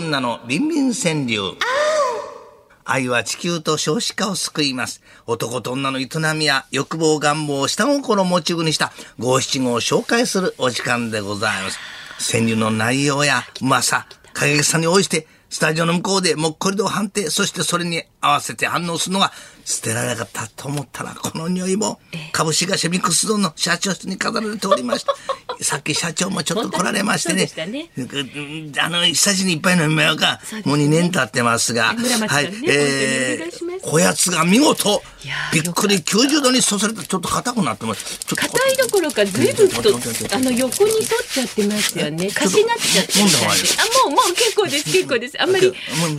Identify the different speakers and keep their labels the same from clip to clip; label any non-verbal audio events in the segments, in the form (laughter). Speaker 1: ンナのビンビン川柳。愛は地球と少子化を救います。男と女の営みや欲望願望を下心をモチーフにした五七五を紹介するお時間でございます。川柳の内容やうまさ、影げさに応じて、スタジオの向こうでもっこりと判定、そしてそれに合わせて反応するのが捨てられなかったと思ったら、この匂いも株式会社ミックスゾーンの社長室に飾られておりました。 (laughs) さっき社長もちょっと来られましてね。ねあの、久しにいっぱい飲みまようか。もう2年経ってますが。
Speaker 2: ね、はい。
Speaker 1: えー、こやつが見事、びっくり90度に注されたちょっと硬くなってます。
Speaker 2: 硬いどころか随分と、あの、横に取っちゃってますよね。かしなっちゃってるあ、もう、もう結構です、結構です。あんまり、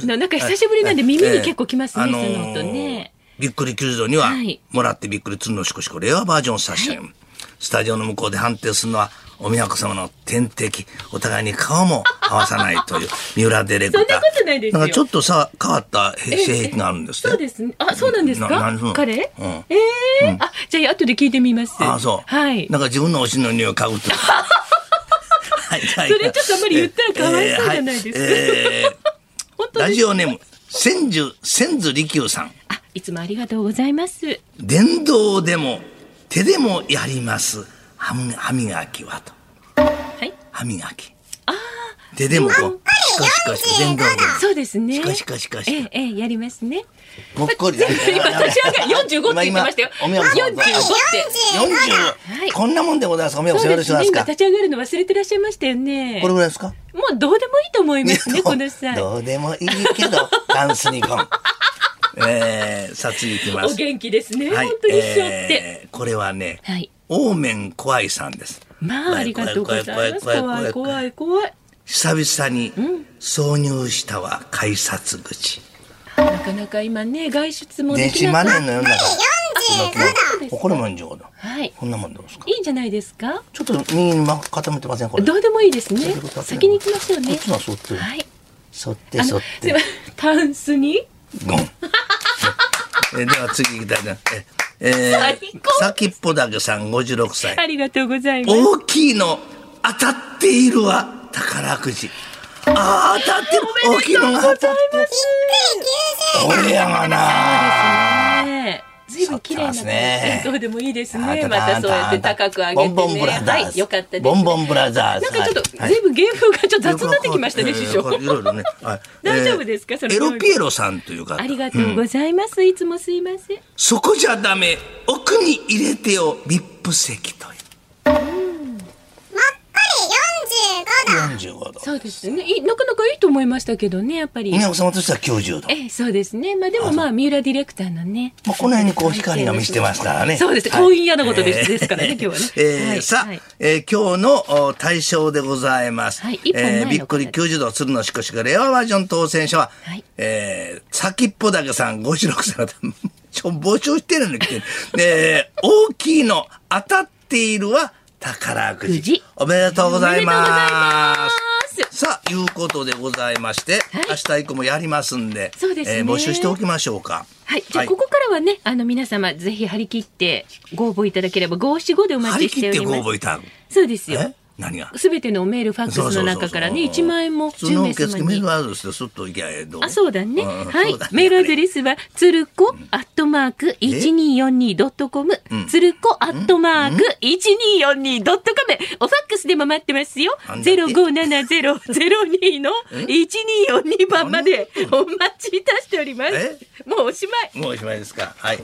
Speaker 2: なんか久しぶりなんで耳に結構きますね、その音ね。
Speaker 1: びっくり90度には、もらってびっくりつんのしこしこ、レアバージョン差し上げスタジオの向こうで判定するのは、お宮子様の天敵、お互いに顔も合わさないという、三浦ディレクター。
Speaker 2: そんなことないです
Speaker 1: なんかちょっとさ、変わった性癖があるんです
Speaker 2: ね。そうですね。あ、そうなんですか彼、うん、ええーうん、あ、じゃあ後で聞いてみます。
Speaker 1: あ、そう。
Speaker 2: はい。
Speaker 1: なんか自分のおしの匂いを嗅ぐ
Speaker 2: (laughs)
Speaker 1: と。
Speaker 2: はい、それちょっとあんまり言ったらかわいそうじゃないですか。え (laughs)
Speaker 1: ーラジオネーム、千住、千住利休さん。
Speaker 2: あ、いつもありがとうございます。
Speaker 1: 電動でも、手でもやります。歯歯磨きはと。
Speaker 2: はい。
Speaker 1: 歯磨き。
Speaker 2: あ
Speaker 1: あ。で、でもこう、シカシカして、電動で。
Speaker 2: そうですね。。
Speaker 1: シカシカシカして
Speaker 2: ええ、やりますね。
Speaker 1: もっこり
Speaker 2: だ。 (laughs) 今、年上がり45って言ってましたよ。45って。
Speaker 1: 40。こんなもんでございます。おみやこさんよろしくお願いします。
Speaker 2: 立ち上がるの忘れてらっしゃいましたよね。
Speaker 1: これぐらいですか
Speaker 2: もうどうでもいいと思いますね、この際。
Speaker 1: どうでもいいけ
Speaker 2: (laughs)
Speaker 1: ど、ダンスにコン。えー、さついきます。
Speaker 2: お元気ですね。本当に一生って。
Speaker 1: これはね、
Speaker 2: はい。
Speaker 1: オーメン怖いさんです。
Speaker 2: まあ、ありがとうございます。怖い怖い怖い。
Speaker 1: 久々に挿入したは改札口。
Speaker 2: なかなか今ね、外出もで
Speaker 1: き
Speaker 2: く
Speaker 1: な電子マネーの世の中。これもんじょう
Speaker 2: はい。
Speaker 1: こんなもんどうですか。
Speaker 2: いいんじゃないですか。
Speaker 1: ちょっと右に傾めてませんこれ。
Speaker 2: どうでもいいですね。先に行きましょうね。
Speaker 1: はい。沿って沿って。
Speaker 2: タンスに。
Speaker 1: ゴン。えでは次行きたいな。ええー、先っぽだけさん56歳。
Speaker 2: ありがとうございます。
Speaker 1: 大きいの、当たっているは宝くじ。ああ、当たってる。大きいのが当たってる。俺やがな。
Speaker 2: そうですね。随分綺麗なね。どうでもいいですね。またそうやって高く上げて、ね。
Speaker 1: ボンボンブラザーズ。
Speaker 2: はい、よかったです、
Speaker 1: ボンボンブラザー
Speaker 2: ズ。なんかちょっと、全部芸風がちょっと雑になってきましたね、師匠。
Speaker 1: いろいろね。
Speaker 2: (laughs) 大丈夫ですか、そ
Speaker 1: れ。エロピエロさんというか。
Speaker 2: ありがとうございます。いつもすいません。
Speaker 1: そこじゃダメ。奥に入れてよ、ビップ席という。45度
Speaker 2: そうですねなかなかいいと思いましたけどねやっぱり
Speaker 1: 宮本様としては90度
Speaker 2: ええそうですねまあでもまあ三浦ディレクターのね
Speaker 1: まあこの辺にこう光が見してますからね
Speaker 2: そうです婚姻屋のことですですからね今日はね
Speaker 1: えさあえ今日の対象でございますえびっくり90度鶴のしこしこレアバージョン当選者はえ先っぽだけさん56歳のちょ膨張してるのに来てるえ大きいの当たっているは宝くじ。おめでとうございます。さあ、いうことでございまして、明日以降もやりますんで、
Speaker 2: そうですえ
Speaker 1: 募集しておきましょうか。
Speaker 2: はい。じゃあ、ここからはね、あの、皆様、ぜひ張り切って、ご応募いただければ、五七五でお待ちしております。
Speaker 1: 張り切ってご応募いただく。
Speaker 2: そうですよ。
Speaker 1: 何が
Speaker 2: すべてのメール、ファックスの中からね、1万円も10名様に。あ、そうだね。はい。メールアドレスは、つるこアットマーク 1242.com、つるこアットマーク 1242.com、おファックスでも待ってますよ。0570-02の1242番までお待ちいたしております。もうおしまい。
Speaker 1: もうおしまいですか。はい。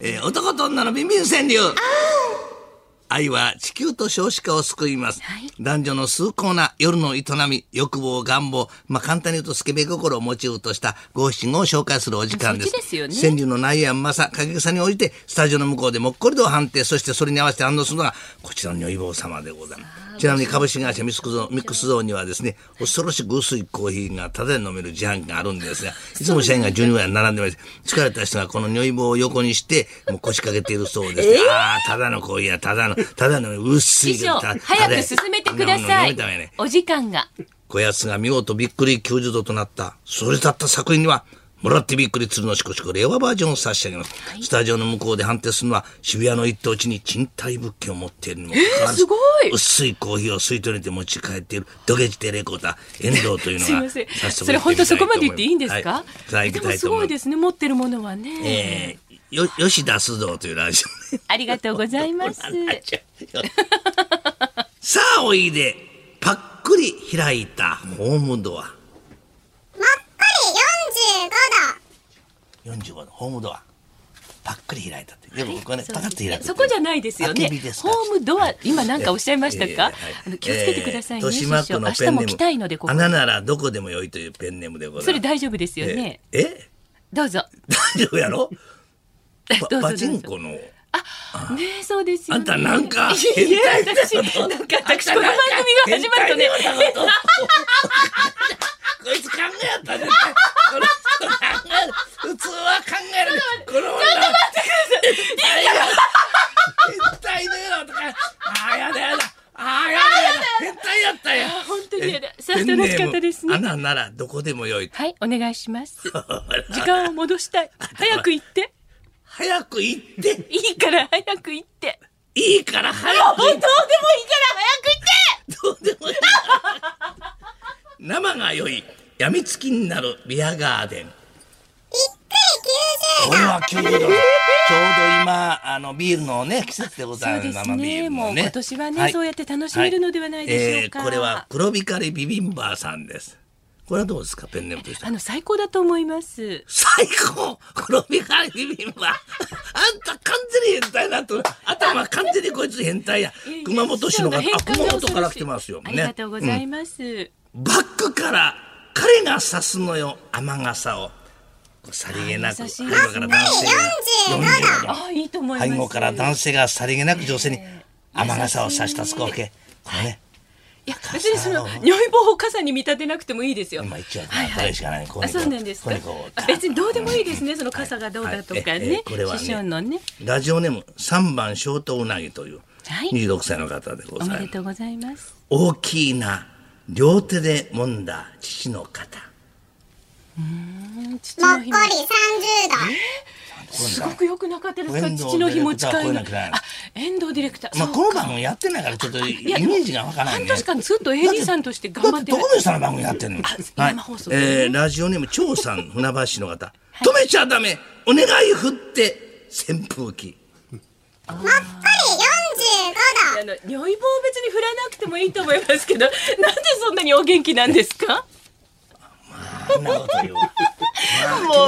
Speaker 1: えー、男と女のビンビン川柳愛は地球と少子化を救います、
Speaker 2: はい、
Speaker 1: 男女の崇高な夜の営み欲望願望、まあ、簡単に言うとスケベ心をモチーフとした五七五を紹介するお時間です
Speaker 2: ですよ、ね、
Speaker 1: 川柳の内容やうまさ過激さに応じてスタジオの向こうでもっこりと判定そしてそれに合わせて反応するのがこちらの女房様でございますちなみに株式会社ミスクゾミックスゾーンにはですね恐ろしく薄いコーヒーがただで飲める自販機があるんです (laughs) がいつも社員が10人ぐらい並んでます疲れた人がこの女房を横にしてもう腰掛けているそうです、ね、えー、ああただのコーヒーはただのただの薄い
Speaker 2: 師匠、早く進めてください。お時間が。
Speaker 1: こやつが見事びっくり90度となった、それだった作品には、もらってびっくり鶴のしこしこ令和バージョンを差し上げます、はい、スタジオの向こうで判定するのは渋谷の一等地に賃貸物件を持っているのもか
Speaker 2: かわらず、えー、
Speaker 1: 薄いコーヒーを吸い取れて持ち帰っている土下地テレコーター遠
Speaker 2: (laughs)
Speaker 1: 藤というのがすいま
Speaker 2: せんそれ本当そこまで言っていいんですか、
Speaker 1: はい、い
Speaker 2: でもすごいですね持ってるものはね、
Speaker 1: えー、よ吉田須藤というラジ
Speaker 2: オありがとうございます
Speaker 1: さあおいでパックリ開いたホームドア45度ホームドアパックリ開いたってでも僕はね、はい、パカッと開く
Speaker 2: そこじゃないですよねホームドア今なんかおっしゃいましたか、えーはい、気をつけてくださいね、えー、
Speaker 1: 豊島区のペンネームこ穴ならどこでもよいというペンネームでございます
Speaker 2: それ大丈夫ですよね
Speaker 1: ええ
Speaker 2: どうぞ
Speaker 1: 大丈夫やろパチンコの
Speaker 2: あ、ねそうです
Speaker 1: あんたなんか
Speaker 2: いや私なんか私この番組が始まるとね。
Speaker 1: こいつ考えたね。この人普通は考える。この女。ちょっと待
Speaker 2: ってください。いや。
Speaker 1: 変態のようなとか。あやだやだ。あやだやだ。変態やったや。
Speaker 2: 本当にやだ。さあ楽しかったですね。
Speaker 1: 穴ならどこでもよい。
Speaker 2: はいお願いします。時間を戻した
Speaker 1: (laughs)
Speaker 2: い。早く行って。
Speaker 1: 早く行って。
Speaker 2: いいから早く行って。
Speaker 1: いいから早く行って。
Speaker 2: どうでもいいから早
Speaker 1: く行って。どうでもいい。生が良い。やみつきになるビアガーデン。
Speaker 3: 一回
Speaker 1: これは90度。ちょうど今、あの、ビールのね、季節でございます。
Speaker 2: 生ビールもね。今年はね、はい、そうやって楽しめるのではないでしょうか。
Speaker 1: はいはい、えー、これは黒光りビビンバーさんです。これはどうですかペンネームとして
Speaker 2: あの最高だと思います
Speaker 1: 最高このビカリビンバあんた完全に変態なと頭完全にこいつ変態や熊本市の方熊本から来てますよ、ね、あ、
Speaker 2: りがとうございます、うん
Speaker 1: バックから彼が刺すのよ雨傘をさりげなく背後から男性
Speaker 2: があいいと思い
Speaker 1: 背後から男性がさりげなく女性に雨傘を差し出す光景これね
Speaker 2: いや別にその尿意棒を傘に見立てなくてもいいですよ。
Speaker 1: まあ一応はいはい。
Speaker 2: あそうなんですか。別にどうでもいいですね。その傘がどうだとかね。
Speaker 1: これは
Speaker 2: ね。
Speaker 1: ラジオネーム三番ショートウナギという二十六歳の方でございます。
Speaker 2: おめでとうございます。
Speaker 1: 大きいな両手で揉んだ父の方。
Speaker 3: うん父の日もっこり三十
Speaker 2: 度。すごくよくなかったですか父の日持ち帰り遠藤ディレクター
Speaker 1: まあこの番組やってないからちょっとイメージがわからない
Speaker 2: 確かにずっと AD さんとして頑張って
Speaker 1: どこの人の番組やってんのはいえラジオネーム長さん船橋市の方止めちゃダメお願い振って扇風
Speaker 2: (laughs)
Speaker 1: 機
Speaker 3: もっこり45
Speaker 2: 度あの尿意棒別に振らなくてもいいと思いますけ (laughs) どなんでそんなにお元気なんですか
Speaker 1: んなこと言う。
Speaker 2: もう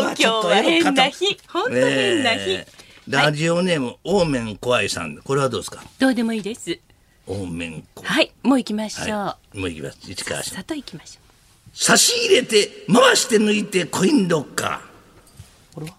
Speaker 2: 今日は変な日。本当変な日。
Speaker 1: ラジオネーム、オーメン怖いさん。これはどうですか
Speaker 2: どうでもいいです。
Speaker 1: オーメン怖
Speaker 2: い。はい、もう行きましょう。も
Speaker 1: う行きます。市川さ
Speaker 2: ん。里行きましょ
Speaker 1: う。差し入れて、回して抜いて、コインロッカ
Speaker 3: ー。これはもっ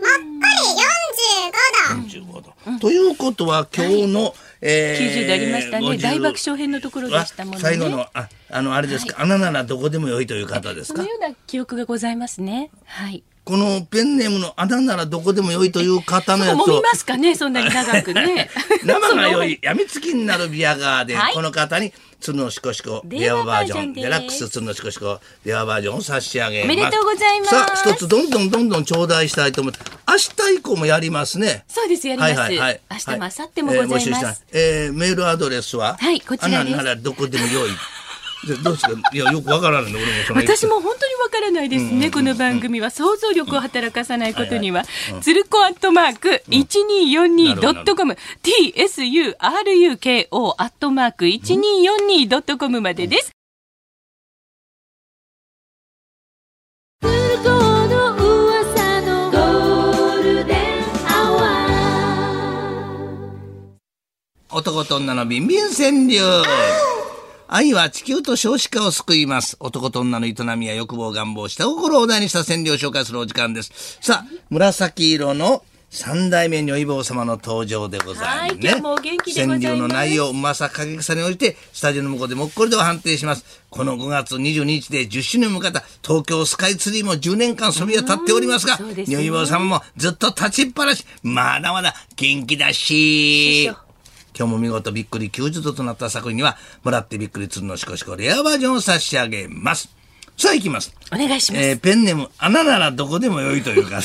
Speaker 3: こ
Speaker 1: り45度。45度。ということは、今日の、
Speaker 2: えー、90でありましたね大爆笑編のところでしたもんね
Speaker 1: 最後のああのあれですか、はい、穴ならどこでもよいという方です
Speaker 2: そ
Speaker 1: か
Speaker 2: のような記憶がございますねはい
Speaker 1: このペンネームの穴ならどこでもよいという方のやつ (laughs) を
Speaker 2: 見ますかねそんなに長くね
Speaker 1: (laughs)
Speaker 2: (laughs)
Speaker 1: 生が良いやみつきになるビアガーデン、はい、この方に鶴のしこしこレアバージョンデラックス鶴のしこしこレアバージョンを差し上げ
Speaker 2: おめでとうございます
Speaker 1: さあ一つどんどんどんどん頂戴したいと思って明日以降もやりますね
Speaker 2: そうですやります、はいはいはい、明日も明後日もございます、はい、
Speaker 1: えー、えー、メールアドレスは
Speaker 2: はいこちら
Speaker 1: ならどこでもよいどうですかいやよくわからない
Speaker 2: 私も本当にわからないですね、この番組は想像力を働かさないことには、つるこアットマーク 1242.com、tsuruko アットマーク 1242.com までです。
Speaker 1: 男と女のビンビン川柳。愛は地球と少子化を救います。男と女の営みや欲望、願望、下心をお題にした占領を紹介するお時間です。さあ、紫色の三代目女医坊様の登場でございます、ね。
Speaker 2: はい、も元気で川
Speaker 1: 柳の内容、うまさ、過激さに応じて、スタジオの向こうでもっこりと判定します。この5月22日で10周年を迎えた東京スカイツリーも10年間そびえ立っておりますが、女医坊様もずっと立ちっぱなし、まだまだ元気だし。今日も見事びっくり90度となった作品には、もらってびっくりつるのしこしこレアバージョンを差し上げます。さあ行きます。
Speaker 2: お願いします。
Speaker 1: えー、ペンネーム、穴ならどこでも良いというか。
Speaker 2: (laughs)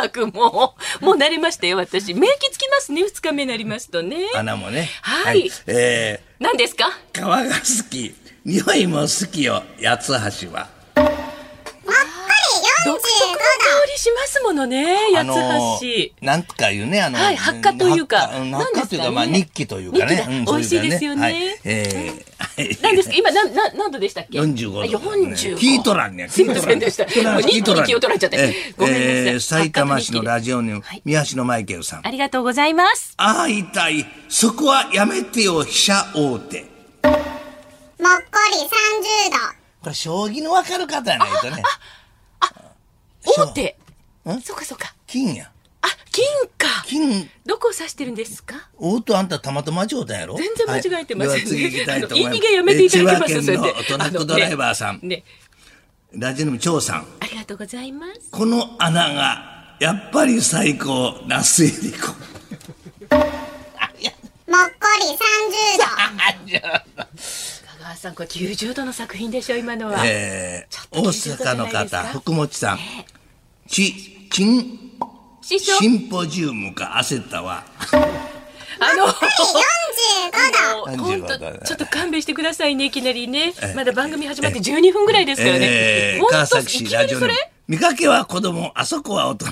Speaker 2: 全くもう、もう慣れましたよ、私。免疫つきますね、二日目になりますとね。
Speaker 1: 穴もね。
Speaker 2: はい。はい、
Speaker 1: え
Speaker 2: ー、何ですか
Speaker 1: 皮が好き、匂いも好きよ、八つ橋は。
Speaker 2: 独特の香りしますものね、八つ
Speaker 1: 橋。なんかいうね、あの、
Speaker 2: はい、発火というか、
Speaker 1: 発火というか、まあ日記というかね、
Speaker 2: 美味しいですよね。ええ、何ですか、今何何何度でしたっけ？
Speaker 1: 四十五。
Speaker 2: 四十。
Speaker 1: ヒートランね。
Speaker 2: すみませんでした。日記に気を取られちゃって。ごめんなさい。
Speaker 1: 埼玉市のラジオネーム宮橋のマイケルさん。
Speaker 2: ありがとうございます。
Speaker 1: ああ痛い。そこはやめてよ飛車大手。もっ
Speaker 3: こり三十度。
Speaker 1: これ将棋のわかる方やないとね。
Speaker 2: 大手。そうかそうか。
Speaker 1: 金や。
Speaker 2: あ、金か。
Speaker 1: 金。
Speaker 2: どこを指してるんですか。
Speaker 1: おっとあんたたまたま間違うたやろ。
Speaker 2: 全然間違えてません、ね。
Speaker 1: はい、次行きたいと思います。
Speaker 2: 言い逃げやめていただけます。
Speaker 1: 千葉県のトラックドライバーさん。ね。ねラジオネーム長さん。
Speaker 2: ありがとうございます。
Speaker 1: この穴がやっぱり最高那須恵理子。
Speaker 3: もっこり三十
Speaker 2: 度。川さんこれ90度の作品でしょ今のは、
Speaker 1: えー、大阪の方福持さん、えー、ちちんシンポジウムか焦ったわ
Speaker 3: あの
Speaker 2: 45度本当ちょっと勘弁してくださいねいきなりね、えー、まだ番組始まって12分ぐらいですからね、
Speaker 1: えー、川崎市ラジオの見かけは子供あそこは大人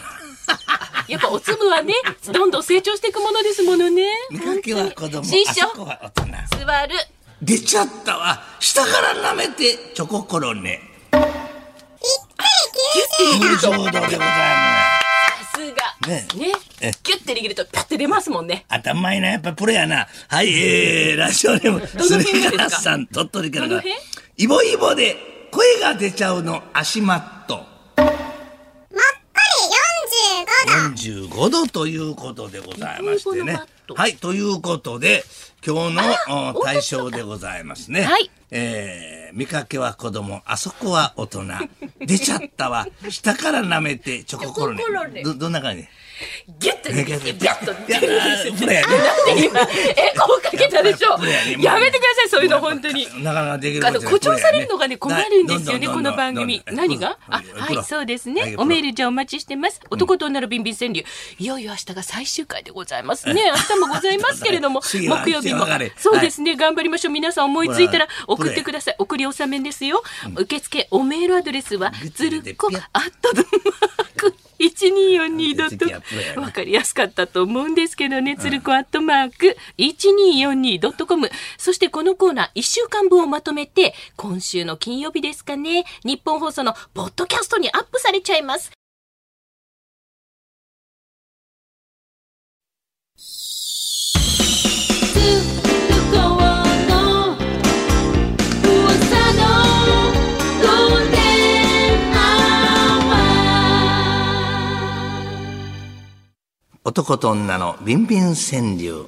Speaker 2: やっぱお粒はね、どんどん成長していくものですものね。
Speaker 1: 見かけは子供、師匠は大
Speaker 2: 人。座る。
Speaker 1: 出ちゃったわ下から舐めてチョココロネ
Speaker 3: 一
Speaker 1: 定90度でございます
Speaker 2: さすがねねギュッて握るとパッて出ますもんね
Speaker 1: 頭いいなやっぱプロやなはいえー、ラジオネームスネガラさん鳥取からがイボイボで声が出ちゃうの足マットもっ
Speaker 3: こ
Speaker 1: り45度45度ということでございましてねはいということで今日の対象でございますね。
Speaker 2: はい。
Speaker 1: えー、見かけは子供、あそこは大
Speaker 2: (laughs)
Speaker 1: 人。出ちゃったわ。下から舐めてチョココロネ。ロど、どんな感じ
Speaker 2: ギュッと、ギュッと、ギュッと。プレイ。なんで今、エコーかけたでしょう。やめてください、そういうの、本当に。
Speaker 1: なかなかできる
Speaker 2: あの、誇張されるのがね、困るんですよね、この番組。何があ、はい、そうですね。おメールじゃお待ちしてます。男と女のビンビン川柳。いよいよ明日が最終回でございますね。明日もございますけれども、木曜日そうですね、頑張りましょう。皆さん思いついたら送ってください。送り納めですよ。受付おメールアドレスは、ずるっこ、アットドマーク。1242ドットわかりやすかったと思うんですけどね、つるこアットマーク 1242.com。そしてこのコーナー1週間分をまとめて、今週の金曜日ですかね、日本放送のポッドキャストにアップされちゃいます。
Speaker 1: 男と女のビンビン川柳。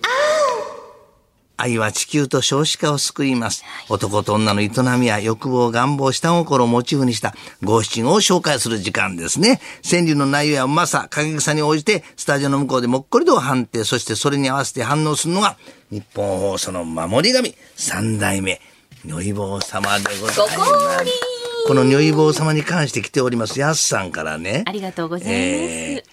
Speaker 1: 愛は地球と少子化を救います。男と女の営みや欲望、願望、下心をモチーフにした五七五を紹介する時間ですね。川柳の内容やうまさ、過激さに応じて、スタジオの向こうでもっこりと判定、そしてそれに合わせて反応するのが、日本放送の守り神、三代目、如意棒様でございます。この如意棒様に関して来ております、やすさんからね。
Speaker 2: ありがとうございます。え
Speaker 1: ー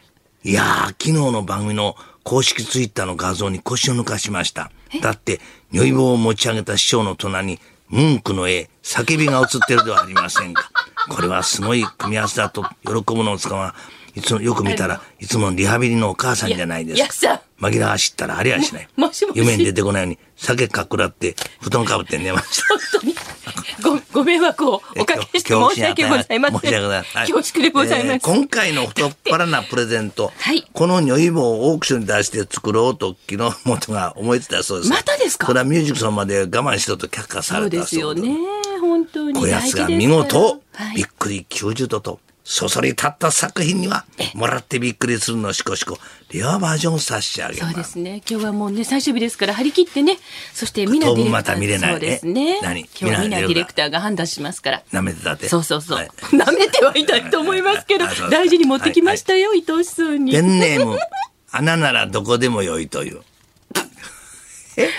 Speaker 1: いやー、昨日の番組の公式ツイッターの画像に腰を抜かしました。だって、如意棒を持ち上げた師匠の隣に、ムンクの絵、叫びが映ってるではありません
Speaker 2: (laughs)
Speaker 1: か。これはすごい組み合わせだと喜ぶのをつかま、いつもよく見たら、いつもリハビリのお母さんじゃないですか。紛らわしったらありゃしない。
Speaker 2: もしもし
Speaker 1: 夢に出てこないように、酒かっくらって、布団かぶって寝ました。
Speaker 2: 本当にごご迷惑をおかけして申し訳ございません。申し訳ございません。恐縮でございます。
Speaker 1: 今回の太っ腹なプレゼント、
Speaker 2: はい、
Speaker 1: この如意棒をオークションに出して作ろうと昨日元が思いついたそうです。
Speaker 2: またですか
Speaker 1: これはミュージックさんまで我慢しろと却下されたそうです。
Speaker 2: そうですよね。本当に。。
Speaker 1: こやつが見事、びっくり90度と。そそり立った作品には、もらってびっくりするのしこしこ、レアバージョン差し上げます
Speaker 2: そうですね。今日はもうね、最終日ですから張り切ってね、そしてみなディレクター。
Speaker 1: 見
Speaker 2: そうですね。
Speaker 1: 何
Speaker 2: 今日みなディレクターが判断しますから。
Speaker 1: 舐めてたって。
Speaker 2: そうそうそう。はい、 (laughs) 舐めてはいたと思いますけ (laughs) ど、大事に持ってきま
Speaker 1: (laughs)
Speaker 2: したよ、はいはい、愛おしそうに。
Speaker 1: ペンネーム、穴ならどこでもよいという。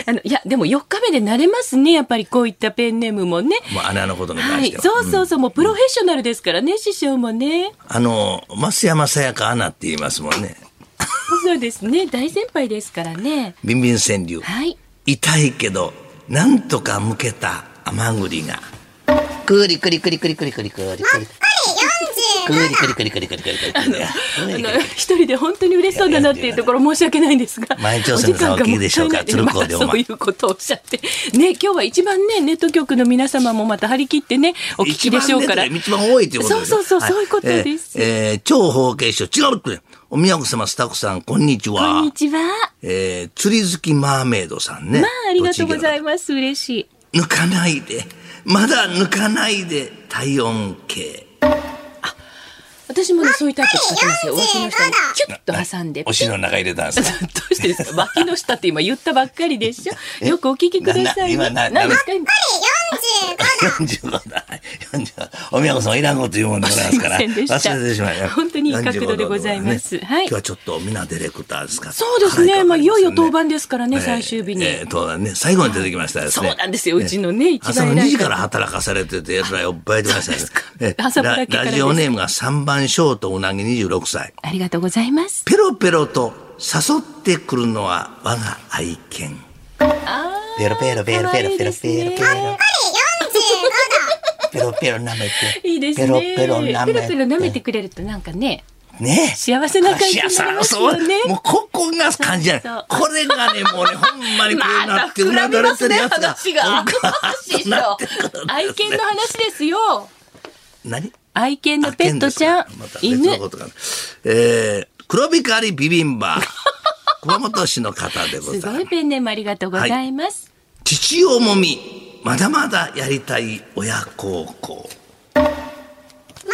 Speaker 2: あの、いや、でも4日目で慣れますね。やっぱりこういったペンネームもね。
Speaker 1: もう穴のことに
Speaker 2: は
Speaker 1: 関し
Speaker 2: い
Speaker 1: て、は。
Speaker 2: そうそうそう、もうプロフェッショナルですからね、師匠もね。
Speaker 1: あの、増山さやかアナって言いますもんね。
Speaker 2: そうですね、大先輩ですからね。
Speaker 1: ビンビン川柳。
Speaker 2: はい。
Speaker 1: 痛いけど、なんとか向けた甘栗が。くりくりくりくりくりくりくりくりくりくりくりくりくりくりくりくりくり
Speaker 2: あ
Speaker 1: くり
Speaker 2: の、一人で本当に嬉しそうだなっていうところ申し訳ないんですが。
Speaker 1: 前調整の差をお聞きでしょうか
Speaker 2: お時間がもったいないまた
Speaker 1: 鶴光でお
Speaker 2: そう
Speaker 1: 前
Speaker 2: いうことをおっしゃって。ね、今日は一番ね、ネット局の皆様もまた張り切ってね、お聞きでしょうから。
Speaker 1: 一番多いということです
Speaker 2: そうそうそう
Speaker 1: は
Speaker 2: そういうことです
Speaker 1: えーえー超方形賞、違うって。お宮子様、スタッフさん、こんにち
Speaker 2: こん
Speaker 1: は
Speaker 2: に。ちは。
Speaker 1: えー、釣り好きマーメイドさんね。
Speaker 2: まあ、ありがとうござい
Speaker 1: ま
Speaker 2: ます。嬉しい。
Speaker 1: す。抜かないで。まだ抜かないで、体温計。
Speaker 2: 私もね、そういうタイプ使ってますよ。脇の下にキュッと挟んで。
Speaker 1: お尻の中入れたんですか
Speaker 2: (laughs) どうしてですか脇の下って今言ったばっかりでしょよくお聞きくださいね。
Speaker 1: なな今な
Speaker 2: 何ですか今
Speaker 1: (laughs) 45だ。45お宮子さんはいらんこと言うもんでございますから。
Speaker 2: すいませんでした
Speaker 1: 忘れてしまいました
Speaker 2: 本当にいい角度でございます
Speaker 1: 45度ね
Speaker 2: はい
Speaker 1: 今日はちょっとみなディレクターですか。
Speaker 2: そうです
Speaker 1: は
Speaker 2: ね。まあ、いよいよ当
Speaker 1: ね
Speaker 2: 番ですからね、
Speaker 1: えー
Speaker 2: 最終日に。
Speaker 1: えー当番ね。最後に出てきましたですね。
Speaker 2: そうなんですようちのね
Speaker 1: えー
Speaker 2: 一番
Speaker 1: 朝の
Speaker 2: 偉い
Speaker 1: 2時から働かされてて、やつらいっぱい出ましたね
Speaker 2: そうですか
Speaker 1: えー
Speaker 2: 朝っぱらっけからで
Speaker 1: ラ
Speaker 2: す
Speaker 1: ラジオネームが3番ショートうなぎ26歳。
Speaker 2: ありがとうございます。
Speaker 1: ペロペロと誘ってくるのは我が愛
Speaker 2: (laughs)
Speaker 1: 犬。
Speaker 2: あー
Speaker 1: ペロペロペロペロペロペロペロ
Speaker 2: 可愛いですね
Speaker 1: ペロペロ舐めて。
Speaker 2: いいですね。
Speaker 1: ペロペロ舐め
Speaker 2: ペロ
Speaker 1: て。
Speaker 2: ペロ舐めてくれるとなんかね、
Speaker 1: ね
Speaker 2: 幸せな感じになりますよね
Speaker 1: そうもうここが感じじゃ
Speaker 2: そう
Speaker 1: ない
Speaker 2: そ。
Speaker 1: これがね、もうね、ほんまにこうなって、う
Speaker 2: また膨ら
Speaker 1: なだ
Speaker 2: み
Speaker 1: れ
Speaker 2: ま
Speaker 1: て
Speaker 2: す
Speaker 1: る
Speaker 2: ね、
Speaker 1: やつが。
Speaker 2: 話が。師匠
Speaker 1: (laughs)
Speaker 2: 愛犬の話ですよ。
Speaker 1: 何
Speaker 2: 愛犬のペットちゃん
Speaker 1: あまた、別
Speaker 2: 犬
Speaker 1: の。ことかな。えー、黒光りビビン
Speaker 2: (laughs)
Speaker 1: バ。熊本市の方でご
Speaker 2: す
Speaker 1: ざ
Speaker 2: ご
Speaker 1: い
Speaker 2: い
Speaker 1: ます。
Speaker 2: ペンネームありがとうございます。
Speaker 1: 父をもみ、まだまだやりたい親孝行。なん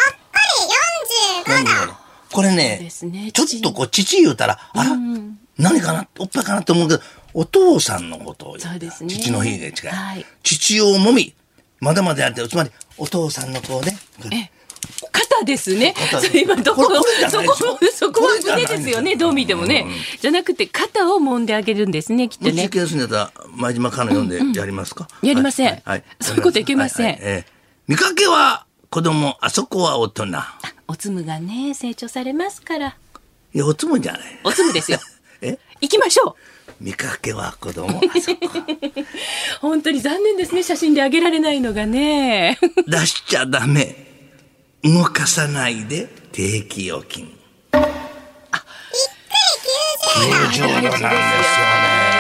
Speaker 1: でだろうこれ
Speaker 2: そう
Speaker 1: ね
Speaker 2: ですね
Speaker 1: ちょっとこう父言うたらあら、何かなおっぱいかなって思うけどお父さんのことを言
Speaker 2: そうですね
Speaker 1: 父の日が近い、
Speaker 2: はい
Speaker 1: 父をもみまだまだやってるつまりお父さんの子をね
Speaker 2: え肩ですね。
Speaker 1: 肩
Speaker 2: それ今どこ
Speaker 1: これこれじゃ
Speaker 2: そ
Speaker 1: ない
Speaker 2: こ
Speaker 1: でしょ
Speaker 2: もそこは
Speaker 1: これじ
Speaker 2: 胸
Speaker 1: ゃない
Speaker 2: で
Speaker 1: ですしょ
Speaker 2: よね。どう見てもね、じゃなくて肩を揉んであげるんですね。きっ
Speaker 1: も
Speaker 2: と
Speaker 1: し
Speaker 2: ね
Speaker 1: 受。験するんだったら前島かの読んでやりますか、
Speaker 2: やりません
Speaker 1: はいはい
Speaker 2: (laughs) そういうこといけません
Speaker 1: ははええ見かけは子供あそこは大人
Speaker 2: おつむがね成長されますから。
Speaker 1: いやおつもりじゃない
Speaker 2: おつむ
Speaker 1: (laughs)
Speaker 2: ですよ。
Speaker 1: え
Speaker 2: 行きましょ
Speaker 1: 見かけは子
Speaker 2: (laughs)
Speaker 1: 供あそこ
Speaker 2: う。本当に残念ですね。写真であげられないのがね。
Speaker 1: 出しちゃダメ動かさないで定期預金あ一定90円なんです
Speaker 2: 貯
Speaker 1: よね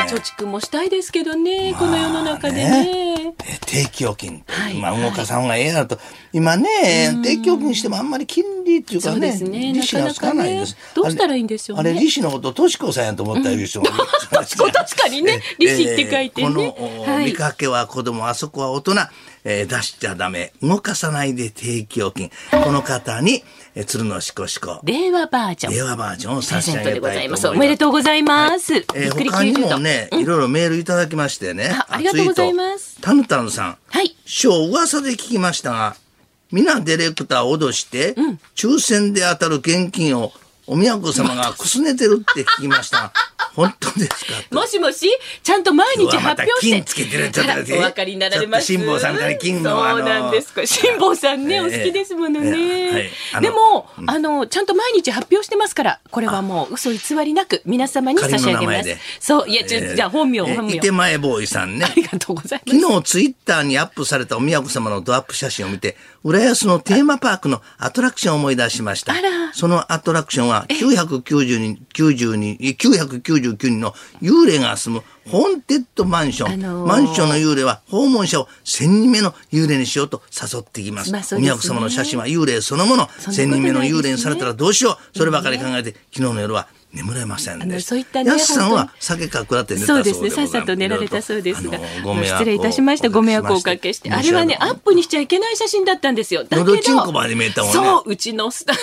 Speaker 2: 蓄もしたいですけどね。この世の中でね。
Speaker 1: え定期預金って、
Speaker 2: はい
Speaker 1: まあ動かさんがええなと今ね定期預金してもあんまり金利っていうか
Speaker 2: そうで
Speaker 1: ね
Speaker 2: すね
Speaker 1: 利子がつかないんです
Speaker 2: なかなかねどうしたらいいんでしょうね
Speaker 1: あれあれ利子のこととしこさんやと思ったいう人もいる
Speaker 2: (laughs) 確か確かにね。利子って書いて
Speaker 1: えー
Speaker 2: ね。
Speaker 1: この、お見かけは子供、あそこは大人、えー出しちゃダメ、動かさないで定期預金。この方に、えー、鶴のしこしこ、
Speaker 2: 令和バージョン。
Speaker 1: 電話バージョンを
Speaker 2: プレ
Speaker 1: 差し
Speaker 2: ゼ
Speaker 1: 上
Speaker 2: ント
Speaker 1: げ
Speaker 2: でご
Speaker 1: た
Speaker 2: ざい
Speaker 1: いと思
Speaker 2: ま。
Speaker 1: いますす。
Speaker 2: おめでとうございます。
Speaker 1: え
Speaker 2: び
Speaker 1: ー
Speaker 2: っくり
Speaker 1: 他に
Speaker 2: 90
Speaker 1: も
Speaker 2: 度
Speaker 1: ね、いろいろメールいただきましてね。
Speaker 2: あありがとうございます
Speaker 1: 熱と。タヌタヌさん。
Speaker 2: はい。
Speaker 1: 師匠、噂で聞きましたが、皆ディレクターを脅して、抽選で当たる現金をお宮子様がくすねてるって聞きましたが、本当です
Speaker 2: (laughs)
Speaker 1: かと
Speaker 2: もしもし、ちゃんと毎日
Speaker 1: うわま
Speaker 2: 発
Speaker 1: た
Speaker 2: 表して。
Speaker 1: 金つけてるちょっと待って
Speaker 2: あらお分かりになられます。
Speaker 1: ちょっと辛坊さんみたいに金のあの
Speaker 2: そうなんですか。辛坊さんね、
Speaker 1: ええ
Speaker 2: お好きですもの
Speaker 1: ええはい
Speaker 2: ね
Speaker 1: あ。の
Speaker 2: でも、あの、ちゃんと毎日発表してますから、これはもう嘘偽りなく皆様に差し上げ
Speaker 1: 仮の名
Speaker 2: ま
Speaker 1: 前
Speaker 2: す
Speaker 1: で。
Speaker 2: そう、いや、ちょ
Speaker 1: えー
Speaker 2: じゃあ本名、
Speaker 1: えー
Speaker 2: 本名。
Speaker 1: 伊手前ボーイさんね
Speaker 2: あ。りがとうございます。
Speaker 1: 昨日ツイッターにアップされたお宮子様のドアップ写真を見て、浦安のテーマパークのアトラクションを思い出しました
Speaker 2: あら。
Speaker 1: そのアトラクションは990人、90人、え999人の幽霊が住むホーンテッドマンション。
Speaker 2: あのー
Speaker 1: マンションの幽霊は訪問者を1000人目の幽霊にしようと誘ってきます。
Speaker 2: まあそう
Speaker 1: お
Speaker 2: ですね
Speaker 1: 宮子様の写真は幽霊そのもの。
Speaker 2: そんなこと
Speaker 1: 1000人目の幽霊にされたらどうしよう。そればかり考
Speaker 2: ね
Speaker 1: えて、昨日の夜は眠れません
Speaker 2: あ
Speaker 1: で
Speaker 2: の
Speaker 1: した。
Speaker 2: そういったね
Speaker 1: 安さん
Speaker 2: 本当
Speaker 1: は
Speaker 2: に
Speaker 1: 酒かくらって寝た
Speaker 2: そ
Speaker 1: そう
Speaker 2: う
Speaker 1: で
Speaker 2: です
Speaker 1: ご
Speaker 2: ね。
Speaker 1: ざ
Speaker 2: さっ
Speaker 1: います
Speaker 2: さと寝られたそうですが、
Speaker 1: いろいろとあ
Speaker 2: あ
Speaker 1: のご
Speaker 2: の
Speaker 1: 迷惑を
Speaker 2: 失礼いたしました。ご迷惑をおかけして、あれはね、アップにしちゃいけない写真だったんですよ。だけど、
Speaker 1: 喉チンコまで見えたもんね
Speaker 2: そう、うちのスタッフ。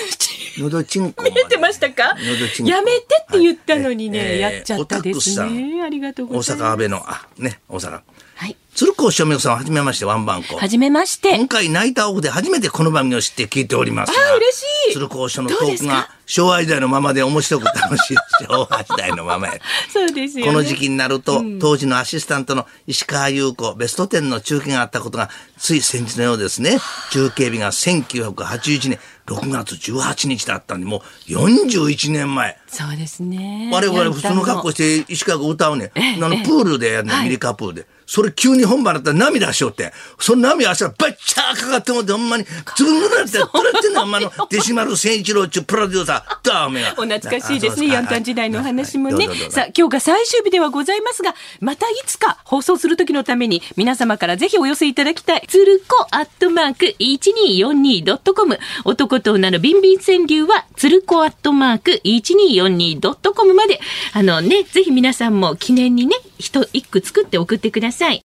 Speaker 1: 喉チンコ
Speaker 2: 見えてましたか
Speaker 1: 喉チンコ
Speaker 2: やめてって言ったのにね、
Speaker 1: はいえー
Speaker 2: やっちゃったで
Speaker 1: オタクス
Speaker 2: す
Speaker 1: さん
Speaker 2: ね。ありがとう
Speaker 1: 大
Speaker 2: ございます。
Speaker 1: 阪阿部のあね大阪
Speaker 2: はい。
Speaker 1: 鶴光照明さんはじめましてワンバンコ
Speaker 2: はじめまして
Speaker 1: 今。回ナイターオフで初めてこの番組を知って聞いておりますが
Speaker 2: あー嬉しい
Speaker 1: 鶴光師匠のト
Speaker 2: どうで
Speaker 1: ー
Speaker 2: す
Speaker 1: ク
Speaker 2: か
Speaker 1: が昭和時代のままで面白く楽しい昭和時代のままや。
Speaker 2: そうですよ、ね、
Speaker 1: この時期になると、当時のアシスタントの石川優子ベスト10の中継があったことがつい先日のようですね中継日が1981年6月18日だったんでもう41年前
Speaker 2: そうですね
Speaker 1: 我々普通の格好して石川が歌うねあのプールでやるの、ミリカプールで。それ急に本番だったら涙しようって。その涙あしたらバッチャーかかってもって、ほんまに、つぶんぐらって、取れてんの、ほんま
Speaker 2: (laughs)
Speaker 1: の、デシマル千一郎中プロデューサー、だおめ
Speaker 2: お懐かしいですね、ヤンタン時代のお話もね。さあ、今日が最終日ではございますが、またいつか放送する時のために、皆様からぜひお寄せいただきたい、つるこアットマーク 1242.com。男と女のビンビン川柳は、つるこアットマーク 1242.com まで、あのね、ぜひ皆さんも記念にね、一、一句作って送ってください。ください。